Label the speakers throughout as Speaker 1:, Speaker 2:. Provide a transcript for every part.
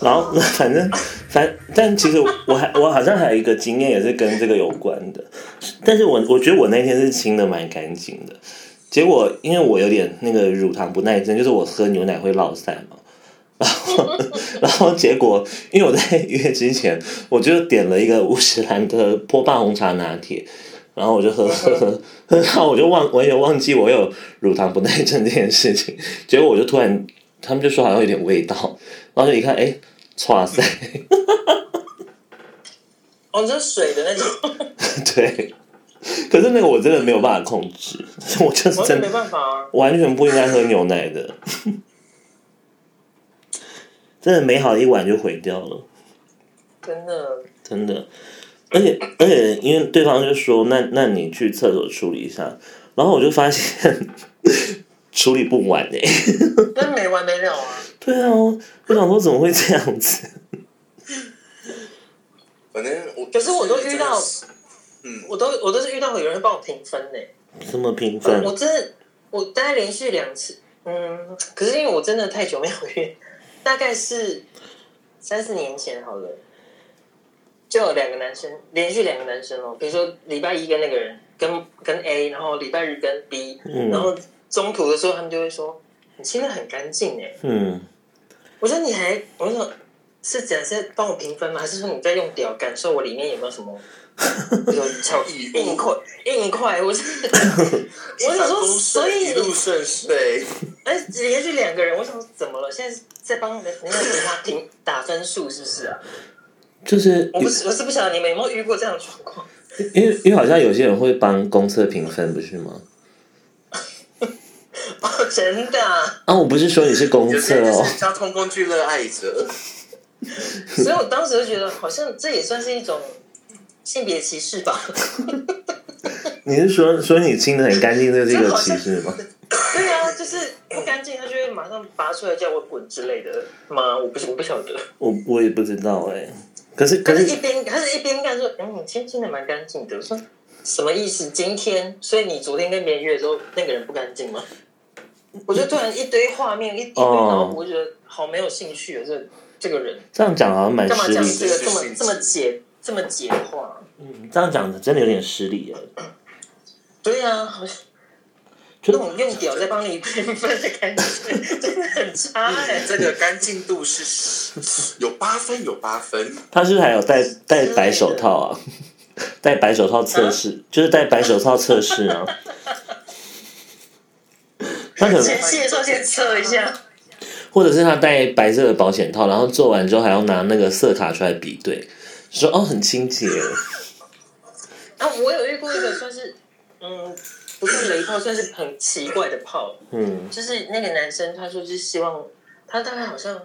Speaker 1: 然后反正 反，但其实我还我好像还有一个经验也是跟这个有关的，但是我我觉得我那天是清的蛮干净的，结果因为我有点那个乳糖不耐症，就是我喝牛奶会落散嘛。 然后，然后结果，因为我在约之前，我就点了一个五十兰的波霸红茶拿铁，然后我就喝喝喝，喝到我就忘，我也忘记我有乳糖不耐症这件事情。结果我就突然，他们就说好像有点味道，然后就一看，哎，哇塞，
Speaker 2: 哦，就是水的 那种，
Speaker 1: 对。可是那个我真的没有办法控制， 我就是
Speaker 2: 我也
Speaker 1: 真
Speaker 2: 没
Speaker 1: 的
Speaker 2: 办法啊。
Speaker 1: 完全不应该喝牛奶的， 真的美好的一晚就毁掉了。
Speaker 2: 真的，
Speaker 1: 真的，而且而且，因为对方就说，那那你去厕所处理一下，然后我就发现 处理不完哎、
Speaker 2: 真没完没了啊！
Speaker 1: 对啊，我想说怎么会这样子？
Speaker 3: 反正我
Speaker 2: 可是我都遇到，
Speaker 3: 嗯，
Speaker 2: 我都我都是遇到有人帮我评分呢、
Speaker 1: 这么评分
Speaker 2: 我真的，我大概连续两次，嗯，可是因为我真的太久没有约，大概是三四年前好了，就有两个男生，连续两个男生哦，比如说礼拜一跟那个人，跟跟 A，然后礼拜日跟 B，
Speaker 1: 嗯
Speaker 2: 然后中途的时候他们就会说你清的很干净哎，
Speaker 1: 嗯，
Speaker 2: 我说你还，我说是讲是帮我评分吗？还是说你在用屌感受我里面有没有什么有巧
Speaker 3: 异物
Speaker 2: 硬块硬块？我是 我想说，所以
Speaker 3: 一路顺遂，
Speaker 2: 哎，连续两个人，我想说怎么了？现在是在帮人人家给他评打分数是不是啊？
Speaker 1: 就是
Speaker 2: 我不是我是不晓得你们有没有遇过这样的状况？
Speaker 1: 因为因为好像有些人会帮公厕评分，不是吗？
Speaker 2: 哦，真的啊，
Speaker 1: 啊，我不是说你是公
Speaker 3: 有
Speaker 1: 厕
Speaker 3: 些人
Speaker 1: 哦
Speaker 3: 就， 是交通工具热爱者，
Speaker 2: 所以我当时就觉得好像这也算是一种性别歧视吧。
Speaker 1: 你是说说你清的很干净，这是一个歧视吗？
Speaker 2: 对啊，就是不干净，他就会马上拔出来叫我滚之类的吗？我不是我不晓得。
Speaker 1: 我我也不知道哎、可是
Speaker 2: 他
Speaker 1: 可
Speaker 2: 是
Speaker 1: 是
Speaker 2: 一边他是一边干说，嗯，你今天清的蛮干净的。我说什么意思？今天？所以你昨天跟别人约的时候，那个人不干净吗？我就突然一堆画面，一一堆
Speaker 1: 哦
Speaker 2: 脑补，我就觉得好没有兴趣啊！这这个人
Speaker 1: 这样讲好像蛮
Speaker 2: 干嘛
Speaker 1: 失
Speaker 2: 讲
Speaker 1: 礼
Speaker 2: 这
Speaker 1: 的，
Speaker 2: 个这么这么解这么解的话？
Speaker 1: 这样讲的真的有点失礼哎、
Speaker 2: 对啊，好像
Speaker 1: 就
Speaker 2: 那种用屌在帮你 评分的感觉，真的很差哎、
Speaker 3: 这个干净度是有八分，有八分，
Speaker 1: 他是不是还有戴戴白手套啊？ 戴白手套测试，就是戴白手套测试 啊。他可能，
Speaker 2: 前戏的时候 先测一下，
Speaker 1: 或者是他戴白色的保险套，然后做完之后还要拿那个色卡出来比对，说哦很清洁。
Speaker 2: 啊，我有遇过一个算是， 嗯，不是雷炮，算是很奇怪的炮。
Speaker 1: 嗯
Speaker 2: 就是那个男生，他说就是希望他大概好像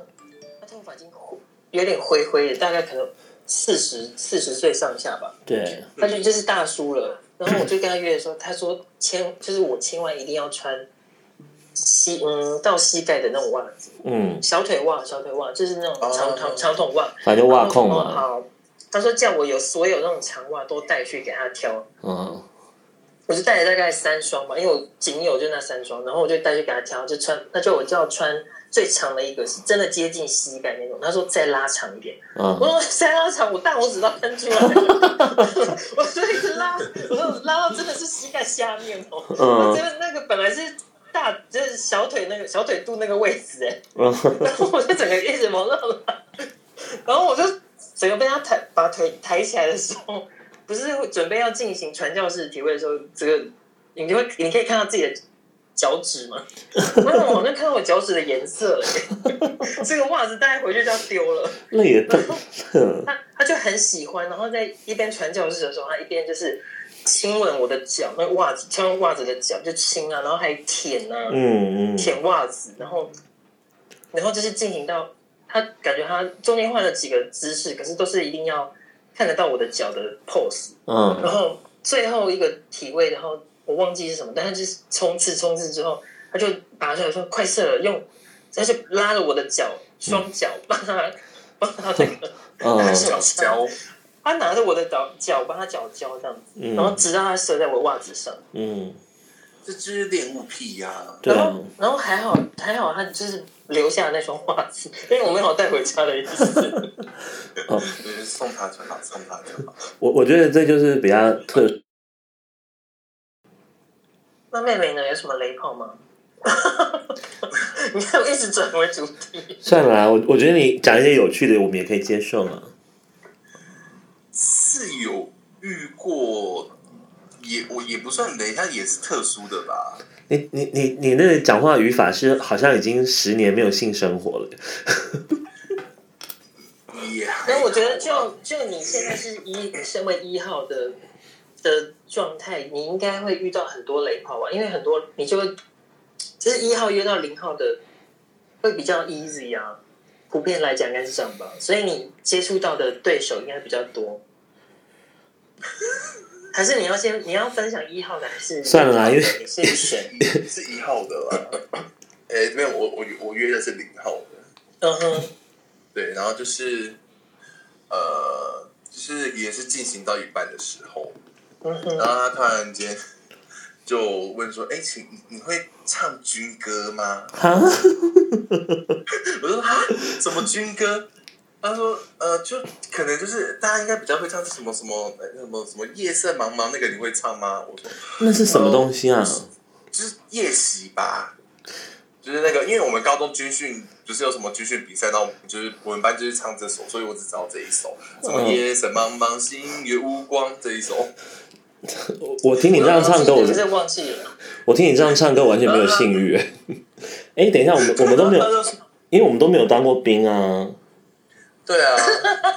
Speaker 2: 他头发已经灰有点灰灰的，大概可能四十四十岁上下吧，
Speaker 1: 对，
Speaker 2: 他就就是大叔了。然后我就跟他约的时候，他说千就是我千万一定要穿膝嗯到膝盖的那种袜子，
Speaker 1: 嗯，
Speaker 2: 小腿袜小腿袜，就是那种长长、
Speaker 3: 哦
Speaker 2: 长筒袜。
Speaker 1: 反正就袜控
Speaker 2: 然
Speaker 1: 嘛，
Speaker 2: 后我哦说好，他说叫我有所有那种长袜都带去给他挑，
Speaker 1: 嗯
Speaker 2: 我就带了大概三双吧，因为我仅有就那三双，然后我就带去给他挑，就穿，那就我就要穿最长的一个，是真的接近膝盖那种。他说再拉长一点，我
Speaker 1: 嗯，
Speaker 2: 说再拉长，我大拇指都喷出来了，我就一直拉，我说拉到真的是膝盖下面哦，
Speaker 1: 嗯
Speaker 2: 我真的那个本来是大就是小腿那个小腿肚那个位置哎，
Speaker 1: 然后
Speaker 2: 然 后我就整个一直往上拉，然后我就整个被他抬把腿抬起来的时候，不是准备要进行传教士体位的时候，这个你就会你可以看到自己的脚趾吗？我怎么好像看到我脚趾的颜色了 耶？这个袜子带回去就要丢了。
Speaker 1: 累也痛，哼
Speaker 2: 他他就很喜欢，然后在一边传教士的时候，他一边就是亲吻我的脚，那个袜子亲吻袜子的脚就亲啊，然后还舔啊，
Speaker 1: 嗯嗯，
Speaker 2: 舔袜子，然后然后就是进行到他感觉他中间换了几个姿势，可是都是一定要看得到我的脚的 pose，然
Speaker 1: 嗯
Speaker 2: 后最后一个体位，然后我忘记是什么，但他就是冲刺冲刺之后，他就拔出来说快射了，用他就拉着我的脚，双脚帮他帮他那个。
Speaker 1: 嗯
Speaker 3: 小交
Speaker 2: 他拿着我的脚脚帮他脚胶这样子，然后
Speaker 1: 嗯
Speaker 2: 直到他射在我袜子上，
Speaker 1: 嗯，
Speaker 3: 这就是恋物癖呀、
Speaker 1: 对
Speaker 2: 然
Speaker 1: 啊
Speaker 2: 后，然后还好还好，他就是留下那双袜子，因为我没有带回家的意思。
Speaker 3: 就是送他就好，送他就好。
Speaker 1: 我我觉得这就是比较特
Speaker 2: 那妹妹呢？有什么雷炮吗？ 你看，我一直转为主题。
Speaker 1: 算了啦，我我觉得你讲一些有趣的，我们也可以接受嘛。
Speaker 3: 是有遇过，也我也不算雷，他也是特殊的吧？
Speaker 1: 你你你你那个讲话语法是好像已经十年没有性生活了，
Speaker 3: 也还好
Speaker 2: 所以我觉得就，就你现在是一身为一号的的状态，你应该会遇到很多雷炮吧？因为很多你就会，就是一号约到零号的会比较 easy 啊，普遍来讲应该是这样吧。所以你接触到的对手应该比较多。还是你要先你要分享一号的还是
Speaker 1: 算了啦因为
Speaker 2: 你是选
Speaker 3: 是一号的吧？ 哎、没有，我我我约的是零号的。
Speaker 2: 嗯哼
Speaker 3: 对，然后就是呃，就是也是进行到一半的时候，
Speaker 2: 嗯哼
Speaker 3: 然后他突然间就问说：“哎，请你你会唱军歌吗
Speaker 1: 哈，？”
Speaker 3: 我说：“啊，什么军歌？”他说：“呃，就可能就是大家应该比较会唱什么什么呃什么什么夜色茫茫那个，你会唱吗？”我说
Speaker 1: 那是什么东西啊？：“
Speaker 3: 就是夜袭吧。”就是那个，因为我们高中军训不是有什么军训比赛，然后我们就是我们班就是唱这首，所以我只知道这一首，什么
Speaker 1: 嗯
Speaker 3: 夜色茫茫，星月无光这一首。
Speaker 1: 我我听你这样唱歌，我
Speaker 2: 真的忘记了。
Speaker 1: 我听你这样唱歌完全没有性欲。哎，等一下，我们我们都没
Speaker 3: 他
Speaker 1: 有，
Speaker 3: 就说
Speaker 1: 因为我们都没有当过兵啊，
Speaker 3: 对啊。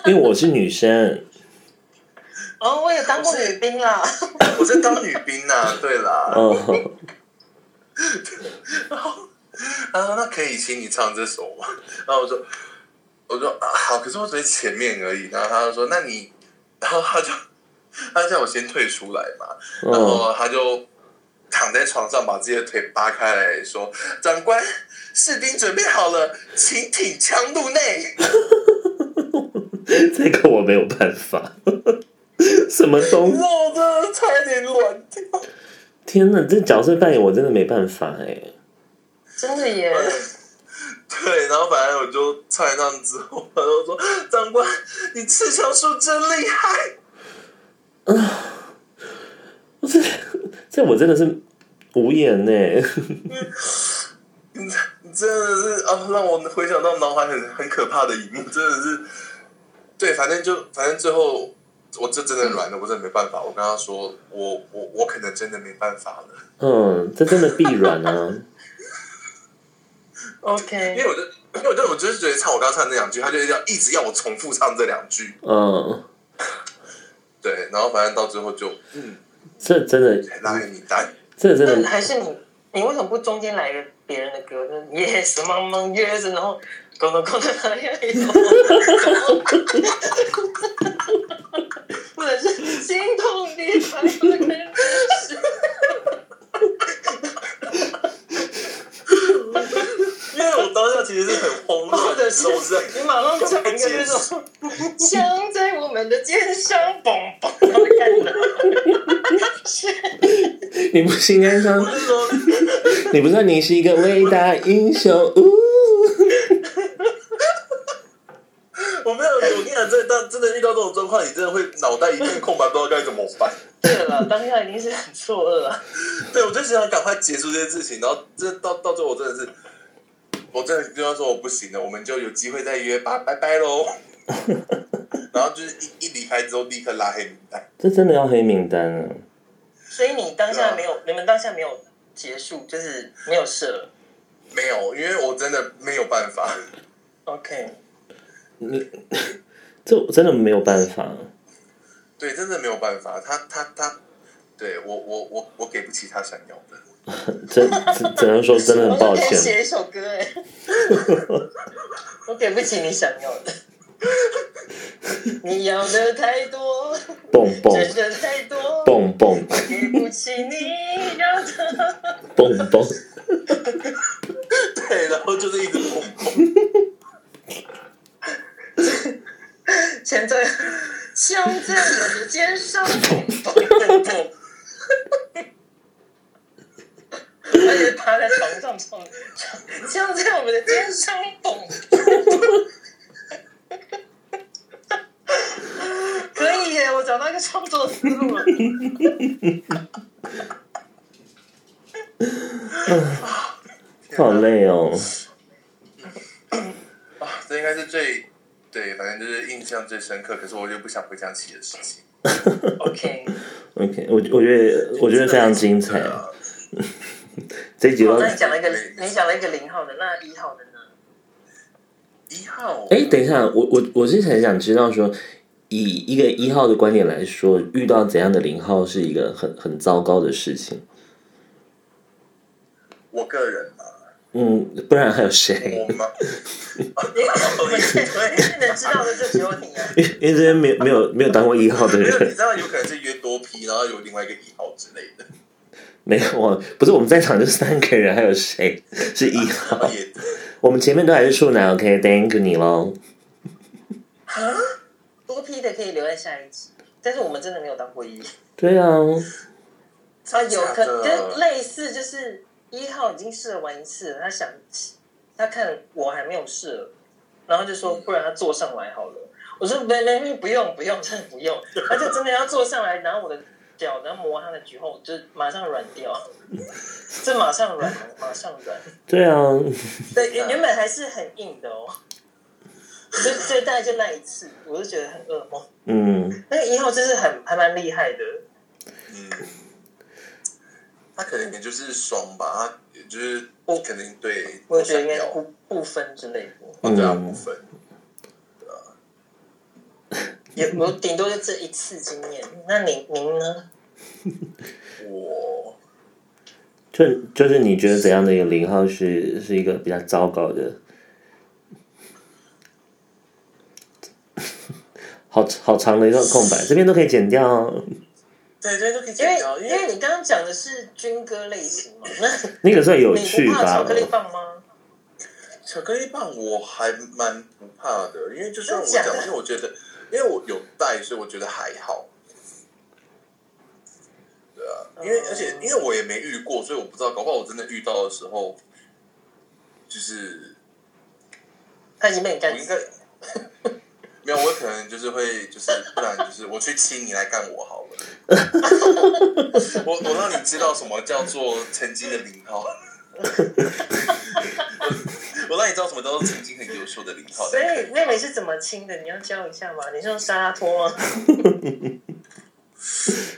Speaker 1: 因为我是女生。
Speaker 2: 哦，我也当过女兵啦。
Speaker 3: 我在当女兵呐、对啦，
Speaker 1: 嗯，
Speaker 3: 啊，那可以请你唱这首吗？ 然后我说，我说啊，好，可是我只是前面而已。然后他就说，那你，然后他就，他就叫我先退出来嘛。然
Speaker 1: 嗯，
Speaker 3: 后他就躺在床上，把自己的腿扒开来说：“长官，士兵准备好了，请挺枪入内。
Speaker 1: 这个我没有办法。 什么”东西？
Speaker 3: 我真的差点软掉。
Speaker 1: 天哪，这角色扮演我真的没办法哎、
Speaker 2: 真的耶！
Speaker 3: 对，然后反正我就唱一唱之后，他就说：“长官，你刺枪术真厉害。”
Speaker 1: 不是，这我真的是无欸言呢、
Speaker 3: 你真的是啊，让我回想到脑海很很可怕的一幕，真的是，对，反正就反正最后我这真的软了，我真的没办法，我跟他说，我我我可能真的没办法了，
Speaker 1: 嗯，这真的必然啊。
Speaker 3: 因
Speaker 2: OK，
Speaker 3: 为我就因为我就我就是觉得唱我刚刚唱那两句，他就要一直要我重复唱这两句，
Speaker 1: 嗯，
Speaker 3: 对，然后反正到最后就嗯，
Speaker 1: 这真的，
Speaker 3: 拉给你单，
Speaker 1: 这真
Speaker 2: 那
Speaker 1: 的，
Speaker 2: 还是你，你为什么不中间来一个别人的歌？就是 Yes，茫茫 Yes，然后咚咚咚咚或者是心痛的才会开始。
Speaker 3: 因为我当下其实是很慌
Speaker 2: 或
Speaker 3: 乱
Speaker 2: 者
Speaker 3: 的，
Speaker 2: 是
Speaker 3: 我是
Speaker 2: 你马上讲一个那 种镶在我们的肩上，嘣嘣的感觉。 是
Speaker 1: 你不是应该唱？
Speaker 3: 我是说，
Speaker 1: 你不是说你是一个伟大英雄？呜、
Speaker 3: 我没有，我跟你讲，真的当真的遇到这种状况，你真的会脑袋一片空白，不知道该怎么办。
Speaker 2: 对了，当下一定是很错愕啊。
Speaker 3: 对，我就想赶快结束这件事情，然后这到到最后我真的是，我真的就要说我不行了，我们就有机会再约吧，拜拜喽。 然后就是一一离开之后，立刻拉黑哎名单。
Speaker 1: 这真的要黑名单啊！
Speaker 2: 所以你当下没有，你们当下没有结束，就是没有射。
Speaker 3: 没有，因为我真的没有办法。
Speaker 2: OK，
Speaker 1: 你这我真的没有办法。
Speaker 3: 对，真的没有办法。他他他，对我我我我给不起他想要的。
Speaker 1: 真只只能说真的很抱
Speaker 2: 我可以
Speaker 1: 歉。
Speaker 2: 写一首歌哎， 我给不起你想要 的，你要的太多，
Speaker 1: 蹦蹦
Speaker 2: 真的太多，
Speaker 1: 蹦蹦
Speaker 2: 给不起你要的。
Speaker 1: 蹦蹦，
Speaker 3: 对，然后就是一直蹦蹦。
Speaker 2: 前奏镶在我的肩上，嘣嘣嘣。而且趴在床上撞撞，这样在我们的肩上蹦。可以耶，我找到一个创作思路了。
Speaker 1: 好累哦。
Speaker 3: 啊，这应该是最对，反正就是印象最深刻。可是我就不想回想起的事情。
Speaker 2: OK，
Speaker 1: OK，我我觉得我觉得非常精彩
Speaker 3: 对，啊，
Speaker 1: 这一集到
Speaker 2: 那你讲了一个，你讲了一个零号的，那一号的呢？
Speaker 3: 一号，
Speaker 1: 哎，等一下，我我我是很想知道说，以一个一号的观点来说，遇到怎样的零号是一个很很糟糕的事情。
Speaker 3: 我个人嘛，
Speaker 1: 嗯，不然还有谁
Speaker 3: 我？嘛，
Speaker 2: 你我们现在能知道的就只有你啊。
Speaker 1: 因为因为这边没有没有没有当过一号的
Speaker 3: 没有，你
Speaker 1: 人，
Speaker 3: 知道有可能是约多批，然后有另外一个一号之类的，
Speaker 1: 没有，我不是我们在场就三个人，还有谁是一
Speaker 3: 然后
Speaker 1: 号？
Speaker 3: 也
Speaker 1: 我们前面都还是处男，OK，thank、you 你喽。
Speaker 2: 多批的可以留在下一集，但是我们真的没有当过一。
Speaker 1: 对啊，
Speaker 2: 啊，有
Speaker 3: 假
Speaker 2: 可
Speaker 3: 的
Speaker 2: 跟类似，就是一号已经试了玩一次了，他想他看我还没有试了，然后就说不然他坐上来好了。我说没没没，不用不用，真的不 用。他就真的要坐上来，拿我的脚，然后磨他的菊后，就马上软 掉，这马上软，马上软。
Speaker 1: 对啊，
Speaker 2: 对，原原本还是很硬的哦。所以所以大概就那一次，我就觉得很噩梦。
Speaker 1: 嗯，
Speaker 2: 那个一号真是很还蛮厉害的，
Speaker 3: 嗯，他可能也就是爽吧，他就是我肯定对，
Speaker 2: 我觉得应该
Speaker 3: 想
Speaker 2: 是
Speaker 3: 要
Speaker 2: 部部分之类的。
Speaker 3: 哦对啊
Speaker 1: 嗯
Speaker 3: 部分，
Speaker 2: 也我顶多就这一次经验。那您您呢？
Speaker 3: 我
Speaker 1: 就就是你觉得怎样的一个零号是是一个比较糟糕的？好好长的一段空白，这边都可以剪掉哦。
Speaker 3: 对对都可以
Speaker 2: 因为
Speaker 3: 剪掉，因
Speaker 2: 因为你刚刚讲的是军歌类型嘛，那
Speaker 1: 那个算有
Speaker 2: 你
Speaker 1: 趣
Speaker 2: 不怕
Speaker 1: 吧
Speaker 2: 巧克？力棒吗？
Speaker 3: 巧克力棒我还蛮不怕的，因为就像我
Speaker 2: 真的
Speaker 3: 讲
Speaker 2: 假，的
Speaker 3: 因为我觉得，因为我有带，所以我觉得还好。对啊，因为
Speaker 2: 嗯
Speaker 3: 而且因为我也没遇过，所以我不知道，搞不好我真的遇到的时候，就是
Speaker 2: 他已经被你
Speaker 3: 我
Speaker 2: 干
Speaker 3: 应
Speaker 2: 死
Speaker 3: 该。 没有，我可能就是会，就是不然就是我去亲你来干我好了。我我让你知道什么叫做曾经的零号， 我让你知道什么叫做曾经很优秀的零号。
Speaker 2: 所以妹妹是怎么亲的？你要教一下吗？你是用沙拉托吗？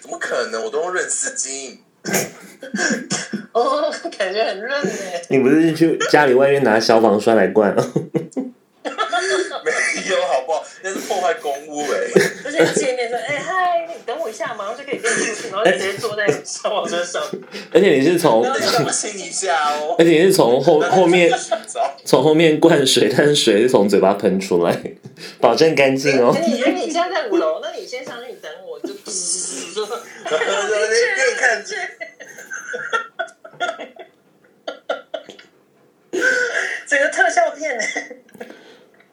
Speaker 3: 怎么可能？我都用润丝巾。
Speaker 2: 哦，感觉很润哎。
Speaker 1: 你不是去家里外面拿消防栓来灌？ 哦
Speaker 3: 没有好不好？那是破坏公物哎、
Speaker 2: 而且见面说，哎、嗨，你等我一下，马上就可以跟你进去，然后就直接坐在消防车上。
Speaker 1: 而且你是从，
Speaker 3: 那你怎么亲一下哦？
Speaker 1: 而且你是从后后 面
Speaker 3: 找
Speaker 1: 从后面灌水，但是水是从嘴巴喷出来，保证干净哦
Speaker 2: 那。哎你那你现在在五楼，那你先上去，你等我，就 噗就
Speaker 3: 给你看，
Speaker 2: 整个特效片呢、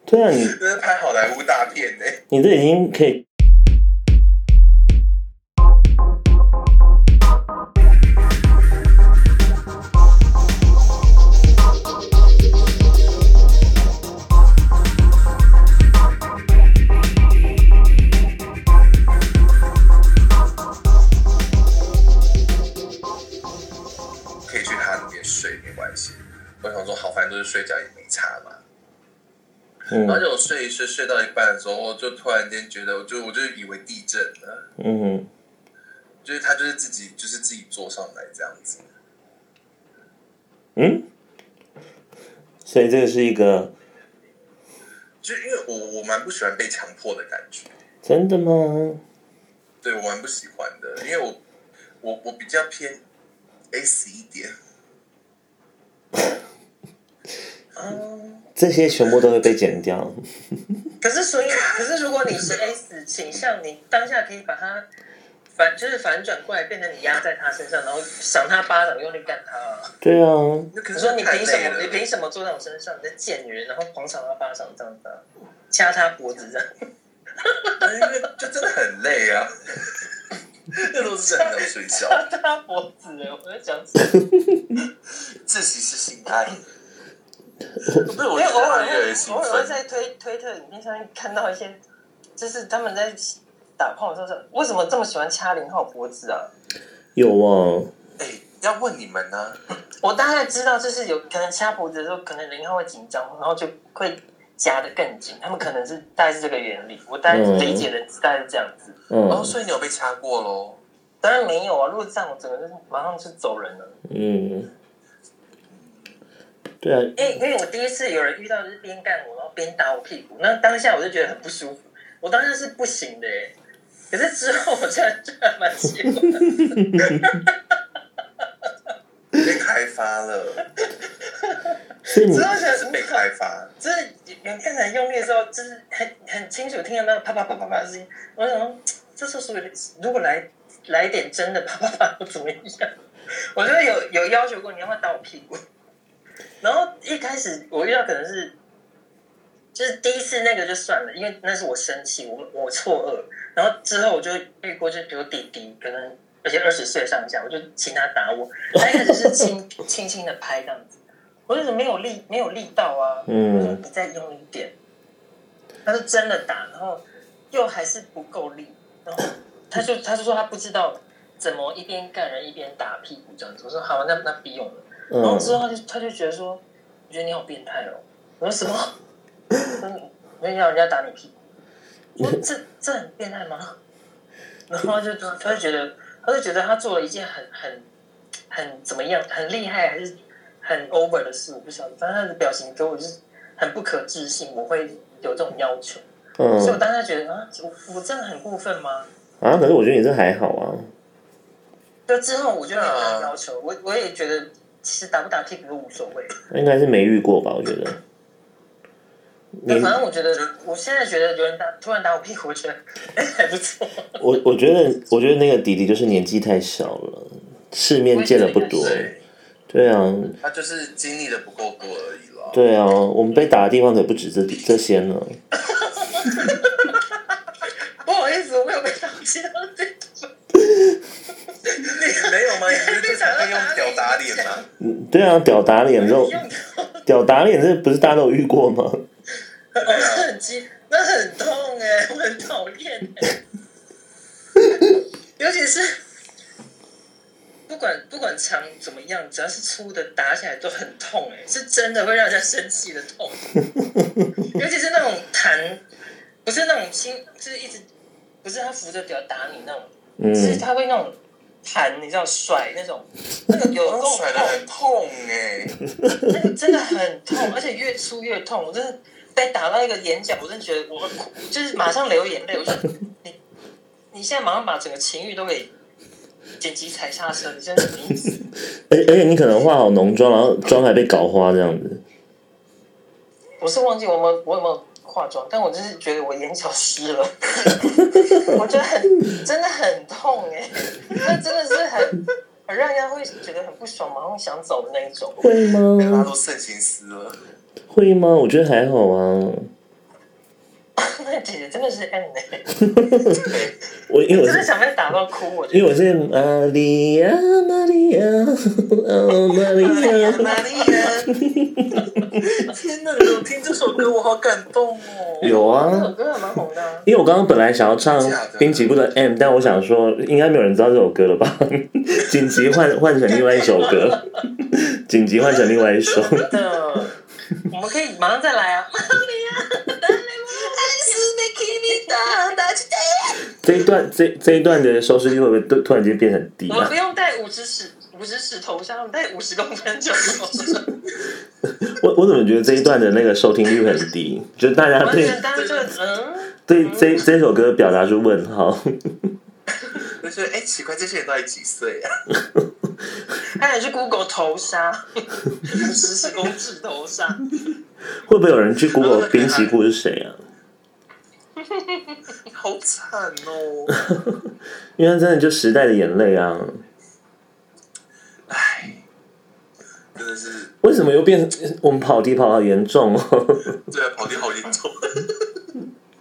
Speaker 1: 对啊，你
Speaker 3: 这是拍好莱坞大片哎、
Speaker 1: 你这已经可以。
Speaker 3: 可以去他那边睡没关系。我想说，好，反正就是睡觉也没差嘛。
Speaker 1: 嗯
Speaker 3: 然后就我睡一睡，睡到一半的时候，我就突然间觉得，我就我就以为地震了，
Speaker 1: 嗯哼，
Speaker 3: 就是他就是自己就是自己坐上来这样子。
Speaker 1: 嗯，所以这个是一个
Speaker 3: 就因为我我蛮不喜欢被强迫的感觉，
Speaker 1: 真的吗？
Speaker 3: 对我蛮不喜欢的，因为我我我比较偏 S 一点。
Speaker 2: 嗯，
Speaker 1: 这些全部都会被剪掉。
Speaker 2: 可是所以，可是如果你是 S 倾向，你当下可以把它反，就是反转过来，变成你压在他身上，然后赏他巴掌，用力干他、
Speaker 1: 对啊，
Speaker 3: 那可
Speaker 2: 你
Speaker 3: 是
Speaker 2: 说你
Speaker 3: 太
Speaker 2: 凭什
Speaker 3: 累
Speaker 2: 么？
Speaker 3: 了
Speaker 2: 你凭什么坐在我身上？你的贱女人，然后狂赏他巴掌，这样子、啊，掐他脖子 这样。
Speaker 3: 因为就真的很 累啊。那时候是真的很想睡觉，
Speaker 2: 他脖子，我在讲什么？
Speaker 3: 自习是性爱，不是
Speaker 2: 因
Speaker 3: 我
Speaker 2: 为
Speaker 3: 觉
Speaker 2: 偶
Speaker 3: 得
Speaker 2: 尔
Speaker 3: 他越来
Speaker 2: 会
Speaker 3: 越兴
Speaker 2: 偶尔会
Speaker 3: 奋，
Speaker 2: 在推推特影片上面看到一些，就是他们在打炮的时候说，为什么这么喜欢掐零号脖子啊？
Speaker 1: 有哦，
Speaker 3: 哎、要问你们呢、
Speaker 2: 我大概知道，就是有可能掐脖子的时候，可能零号会紧张，然后就会夹得更紧。他们可能是大概是这个原理，我大概
Speaker 1: 嗯
Speaker 2: 理解的大概是这样子。
Speaker 3: 哦，
Speaker 1: 嗯
Speaker 3: 所以你有被掐过喽？
Speaker 2: 当然没有啊，如果这样，我整个就是马上就走人了。
Speaker 1: 嗯，对啊，
Speaker 2: 因为因为我第一次有人遇到就是边干我，然后边打我屁股，那当下我就觉得很不舒服，我当时是不行的耶。可是之后我居然居然蛮喜欢，
Speaker 3: 被开发了，
Speaker 1: 所以你
Speaker 2: 之后觉
Speaker 3: 是
Speaker 2: 得
Speaker 3: 被
Speaker 2: 无法
Speaker 3: 开发。
Speaker 2: 就是远看起来用力的时候，就是很很清楚听得到啪啪啪啪啪的声音。我想说，这时候如果来来一点真的啪啪啪，我怎么样？我就有有要求过你要不要打我屁股。然后一开始我遇到可能是，就是第一次那个就算了，因为那是我生气，我我错愕。然后之后我就遇过，就比如弟弟，可能而且二十岁上下，我就请他打我，他一开始是轻轻轻的拍这样子，我就是没有力没有力道啊，我说
Speaker 1: 嗯，
Speaker 2: 你再用力一点。他是真的打，然后又还是不够力，然后他就他就说他不知道怎么一边干人一边打屁股这样子。我说好，那那不用了。然后
Speaker 1: 嗯，
Speaker 2: 之后他就他就觉得说，我觉得你好变态哦。我说什么？ 我说没有让人家打你屁股？
Speaker 1: 嗯
Speaker 2: 我说这这很变态吗？ 然后他就他就觉得他就觉得他做了一件很很很怎么样很厉害还是很 over 的事，我不晓得。反正他的表情给我就是很不可置信，我会有这种要求，所以我
Speaker 1: 嗯
Speaker 2: 当时觉得啊，我我这样很过分吗？
Speaker 1: 啊，可是我觉得你这还好啊，
Speaker 2: 就之后我就没有这样要求，我我也觉得其实打不打屁股都无所谓。
Speaker 1: 应该是没遇过吧？我觉得，你
Speaker 2: 对，反正我觉得，我现在觉得有人打突然打我屁股，我觉得 哎还不错。
Speaker 1: 我我觉得，我觉得那个弟弟就是年纪太小了，世面见的不多。
Speaker 3: 对，
Speaker 1: 对啊，
Speaker 3: 他就是经历的不够多而已了。
Speaker 1: 对啊，我们被打的地方可不止这这些呢。
Speaker 2: 不好意思，我有被打其他的。
Speaker 3: 没有 吗？你不是经常会用屌打脸吗？
Speaker 1: 嗯对啊，屌打脸这种，屌打脸这不是大家都有遇过吗？
Speaker 2: 哦， 那很激，那很痛哎、我很讨厌哎、尤其是不管不管长怎么样，只要是粗的，打起来都很痛哎、是真的会让人家生气的痛。尤其是那种弹，不是那种轻，就是一直不是他扶着表打你那种，
Speaker 1: 嗯，
Speaker 2: 是他会那种弹，你知道甩那种，那个有
Speaker 3: 刚
Speaker 2: 够
Speaker 3: 刚甩的
Speaker 2: 痛。
Speaker 3: 很痛哎、
Speaker 2: 那个真的很痛，而且越粗越痛。我真的被打到一个眼角，我真的觉得我哭就是马上流眼泪。我就觉得你你现在马上把整个情欲都给剪辑踩刹车，你真的很意思？
Speaker 1: 而而且你可能化好浓妆，然后妆还被搞花这样子。
Speaker 2: 我是忘记我有没有我有没有化妆，但我就是觉得我眼角湿了，我觉得很真的很痛哎、那真的是很很让人家会觉得很不爽，马上想走的那一种。
Speaker 1: 会
Speaker 3: 欸，他
Speaker 1: 吗？
Speaker 3: 都肾情丝了。
Speaker 1: 会吗？我觉得还好啊。
Speaker 2: 那姐姐真的是 M 哎、
Speaker 3: 对，
Speaker 1: 我因为我
Speaker 2: 真的
Speaker 1: 是，
Speaker 2: 想被打到哭，我觉得
Speaker 1: 因为我是玛利亚，玛利亚，哦，玛利亚。
Speaker 2: 玛丽亚。
Speaker 3: 天哪！你有听这首歌，我好感动哦。
Speaker 1: 有
Speaker 2: 这
Speaker 1: 啊
Speaker 2: 首，歌还蛮红的、啊，
Speaker 1: 因为我刚刚本来想要唱
Speaker 3: 真的假的
Speaker 1: 滨崎步的 M，但我想说应该没有人知道这首歌了吧？ 紧急换换成另外一首歌，紧急换成另外一首。
Speaker 2: 真的。我们可以马上再来啊！
Speaker 1: 这一段这这一段的收视率会不会突突然间变很低
Speaker 2: 我们
Speaker 1: 啊
Speaker 2: 不？用带五十尺五十尺头纱，我们带五十公分就好了。
Speaker 1: 我我怎么觉得这一段的那个收听率很低？就是大家
Speaker 2: 完
Speaker 1: 对
Speaker 2: 全当时就嗯，
Speaker 1: 对这这首歌表达出问号。
Speaker 3: 就是哎、奇怪，这些人到底几岁啊？
Speaker 2: 他也去 Google 头纱，五十尺公尺头纱，
Speaker 1: 会不会有人去 Google 滨崎步是谁啊？
Speaker 3: 好惨哦！
Speaker 1: 因为他真的就时代的眼泪啊！
Speaker 3: 哎，真的是，
Speaker 1: 为什么又变我们跑题跑得好严重哦？
Speaker 3: 对啊，跑题好严重。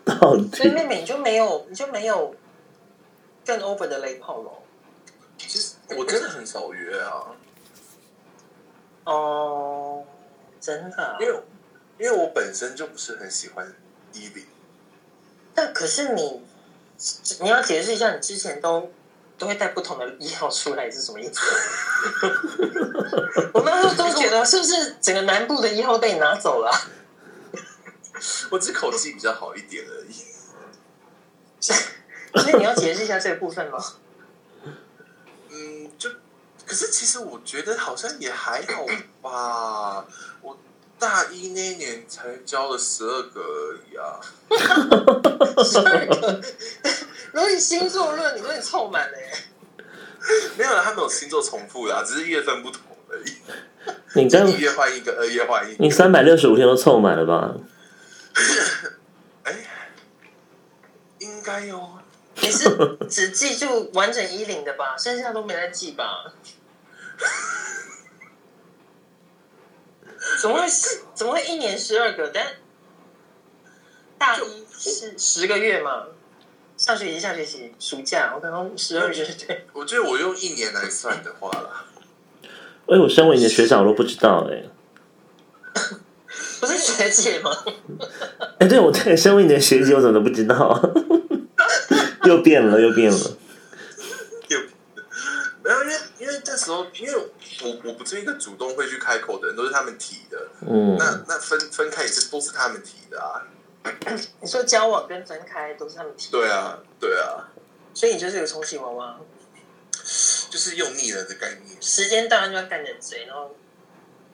Speaker 1: 跑
Speaker 2: 所
Speaker 1: 题
Speaker 2: 以妹妹你就没有你就没有更 over 的雷炮喽。
Speaker 3: 其实我真的很少约啊，
Speaker 2: 哦，真的啊、
Speaker 3: 因为因为我本身就不是很喜欢衣领，
Speaker 2: 但可是你，你要解释一下，你之前都都会带不同的衣料出来是什么 意思？我那时候都觉得是不是整个南部的一号被你拿走了啊、
Speaker 3: 我只是口技比较好一点而已。
Speaker 2: 所以你要解释一下这个部分 吗？
Speaker 3: 嗯，就可是其实我觉得好像也还好吧。我大一那一年才交了十二个而已啊。
Speaker 2: 十二个， 如果你星座论，你有点凑满欸了耶。
Speaker 3: 没有啦，他们有星座重复的、啊，只是月份不同而已。
Speaker 1: 你这样
Speaker 3: 一月换一个，二月换一
Speaker 1: 你
Speaker 3: 个。
Speaker 1: 三百六十五天都凑满了吧？
Speaker 3: 哎，应该哦。
Speaker 2: 你是只记住完整衣领的吧？剩下都没在记吧？怎么会是？怎么会一年十二个？但大一是十个月嘛？上学期、下学期、暑假，我刚刚十二月对。
Speaker 3: 我觉得我用一年来算的话啦，
Speaker 1: 哎，我身为你的学长，我都不知道哎、
Speaker 2: 不是学姐吗？
Speaker 1: 哎，对我对，身为你的学姐，我怎么都不知道？ 又变了，又变了。
Speaker 3: 没有，因为因为那时候，因为我我不是一个主动会去开口的人，都是他们提的。
Speaker 1: 嗯，
Speaker 3: 那那分分开也是都是他们提的啊。
Speaker 2: 你说交往跟分开都是他们提，
Speaker 3: 对啊，对啊，
Speaker 2: 所以你就是个重启娃娃，
Speaker 3: 就是用腻了的概念。
Speaker 2: 时间到了就要干点谁，然后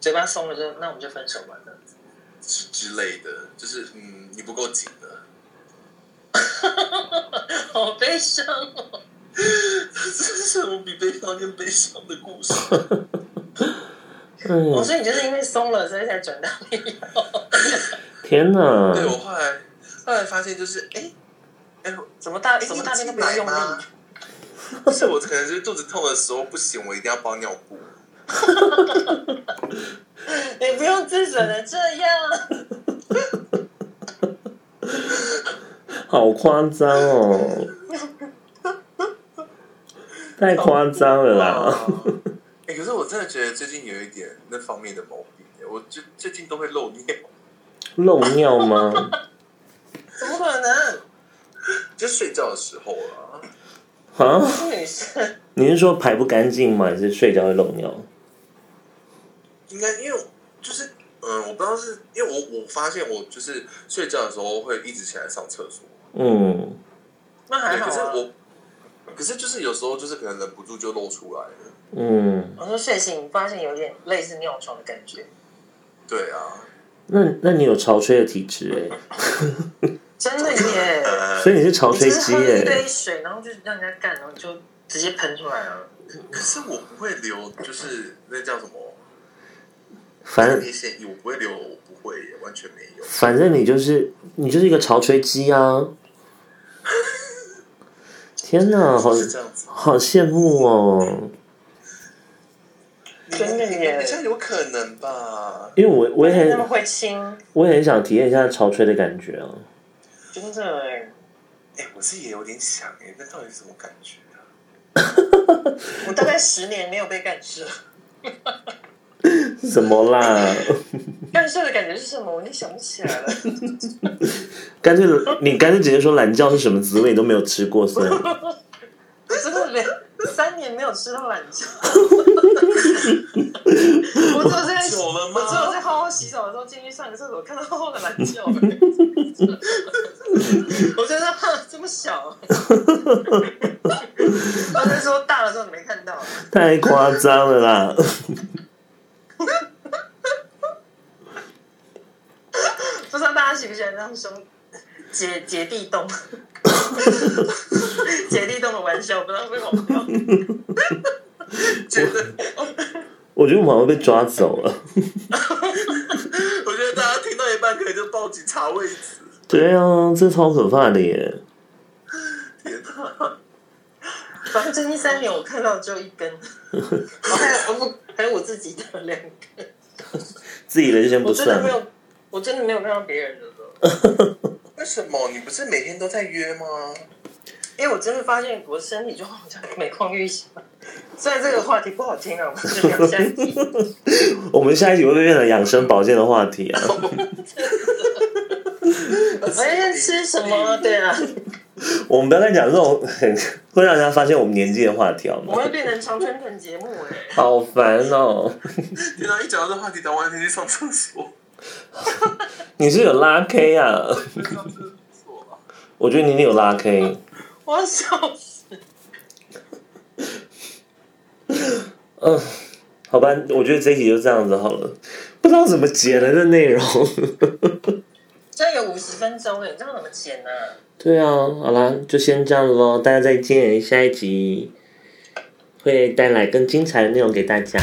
Speaker 2: 嘴巴松了就那我们就分手吧，这样子。
Speaker 3: 之之类的，就是嗯，你不够紧了。
Speaker 2: 好悲伤哦。
Speaker 3: 这是什么比悲伤更悲伤的故事？啊
Speaker 2: 我
Speaker 1: 嗯，
Speaker 2: 说你就是因为松了，所以才转到那里。
Speaker 1: 天哪！
Speaker 3: 对我后来后来发现，就是哎哎，
Speaker 2: 怎么大
Speaker 3: 哎
Speaker 2: 怎么大便都不用用力？？
Speaker 3: 不是我可能 就是肚子痛的时候不行，我一定要包尿布。
Speaker 2: 你不用自损的这样。
Speaker 1: 好夸张哦！太夸张了 啦！
Speaker 3: 哎、可是我真的觉得最近有一点那方面的毛病，我最最近都会漏尿，
Speaker 1: 漏尿吗？
Speaker 2: 怎么可能？
Speaker 3: 就睡觉的时候啊。
Speaker 1: 啊？
Speaker 2: 是女生，
Speaker 1: 你是说排不干净吗？还是睡觉会漏尿？
Speaker 3: 应该因为我就是嗯，我不知道是因为我我发现我就是睡觉的时候会一直起来上厕所，
Speaker 1: 嗯，
Speaker 2: 那还
Speaker 3: 对，
Speaker 2: 好
Speaker 3: 可是
Speaker 2: 啊。
Speaker 3: 我可是就是有时候就是可能忍不住就露出来了，
Speaker 1: 嗯，
Speaker 2: 我说睡醒发现有点类似尿床的感觉，
Speaker 3: 对啊，
Speaker 1: 那那你有潮吹的体质哎、
Speaker 2: 真的 耶！
Speaker 3: 呃，
Speaker 1: 所以你是潮
Speaker 2: 你只
Speaker 1: 吹
Speaker 2: 是
Speaker 1: 机
Speaker 2: 喝一
Speaker 1: 哎、
Speaker 2: 杯水，然后就让人家干，然后你就直接喷出来了。
Speaker 3: 可是我不会留，就是那叫什么
Speaker 1: 反正
Speaker 3: 内线液，我不会留，我不会耶，完全没有。
Speaker 1: 反正你就是你就是一个潮吹机啊！天哪，嗯好
Speaker 3: 是这样子，
Speaker 1: 好羡慕哦！
Speaker 2: 真的耶
Speaker 3: 比较有可能吧。
Speaker 1: 因为我我也
Speaker 2: 那么
Speaker 1: 很
Speaker 2: 会亲，
Speaker 1: 我也很想体验一下潮吹的感觉啊！
Speaker 2: 真的耶。
Speaker 3: 哎、我自己也有点想哎，那到底是什么感觉啊？
Speaker 2: 我大概十年没有被干涉，
Speaker 1: 什么啦？
Speaker 2: 干涉的感觉是什么？我已经想不起来了。
Speaker 1: 干脆你干脆直接说懒觉是什么滋味，你都没有吃过算了。
Speaker 2: 我真的没三年没有吃到懒觉，我只有在
Speaker 3: 久了吗
Speaker 2: 我只有在浩浩洗澡的时候进去上个厕所，看到浩浩的懒觉，我真的怕这么小。他在说大的时候你没看到，
Speaker 1: 太夸张了啦！
Speaker 2: 不知道大家喜不喜欢这样兄姐姐弟洞，姐弟洞的玩笑，不知道会不会红掉。
Speaker 3: 觉得
Speaker 1: 我觉得我们好像被抓走了。
Speaker 3: 我觉得大家听到一半可能就报警查位置。
Speaker 1: 对啊，这超可怕的耶！
Speaker 3: 天哪！
Speaker 2: 反正最近三年我看到只有一根，然后还有我还有我自己的两根。
Speaker 1: 自己人先不
Speaker 2: 我真的
Speaker 1: 算
Speaker 2: 没。有，我真的没有看到别人的了。
Speaker 3: 为什么你不是每天都在约吗？
Speaker 2: 哎、因为我真的发现我的身体状况好像每况愈下。虽然这个话题不好听啊，我们就聊下一题。
Speaker 1: 我们下一集会不会变成养生保健的话题 啊？
Speaker 2: 我要吃什么？对啊，
Speaker 1: 我们不要再讲这种很会让人家发现我们年纪的话题好
Speaker 2: 我
Speaker 1: 吗？
Speaker 2: 们会变成长春藤节目哎、
Speaker 1: 好烦哦！
Speaker 3: 天哪，一讲到这话题，打完天去上厕所，
Speaker 1: 你是有拉 K 啊？
Speaker 3: 上厕所啊。
Speaker 1: 我觉得你一定有拉 K。
Speaker 2: 我要笑死。
Speaker 1: 嗯，好吧，我觉得这一集就这样子好了，不知道怎么解了这内容。
Speaker 2: 这样有五十分钟哎、你这样怎么剪呢、啊？
Speaker 1: 对啊，好啦，就先这样子喽，大家再见，下一集会带来更精彩的内容给大家。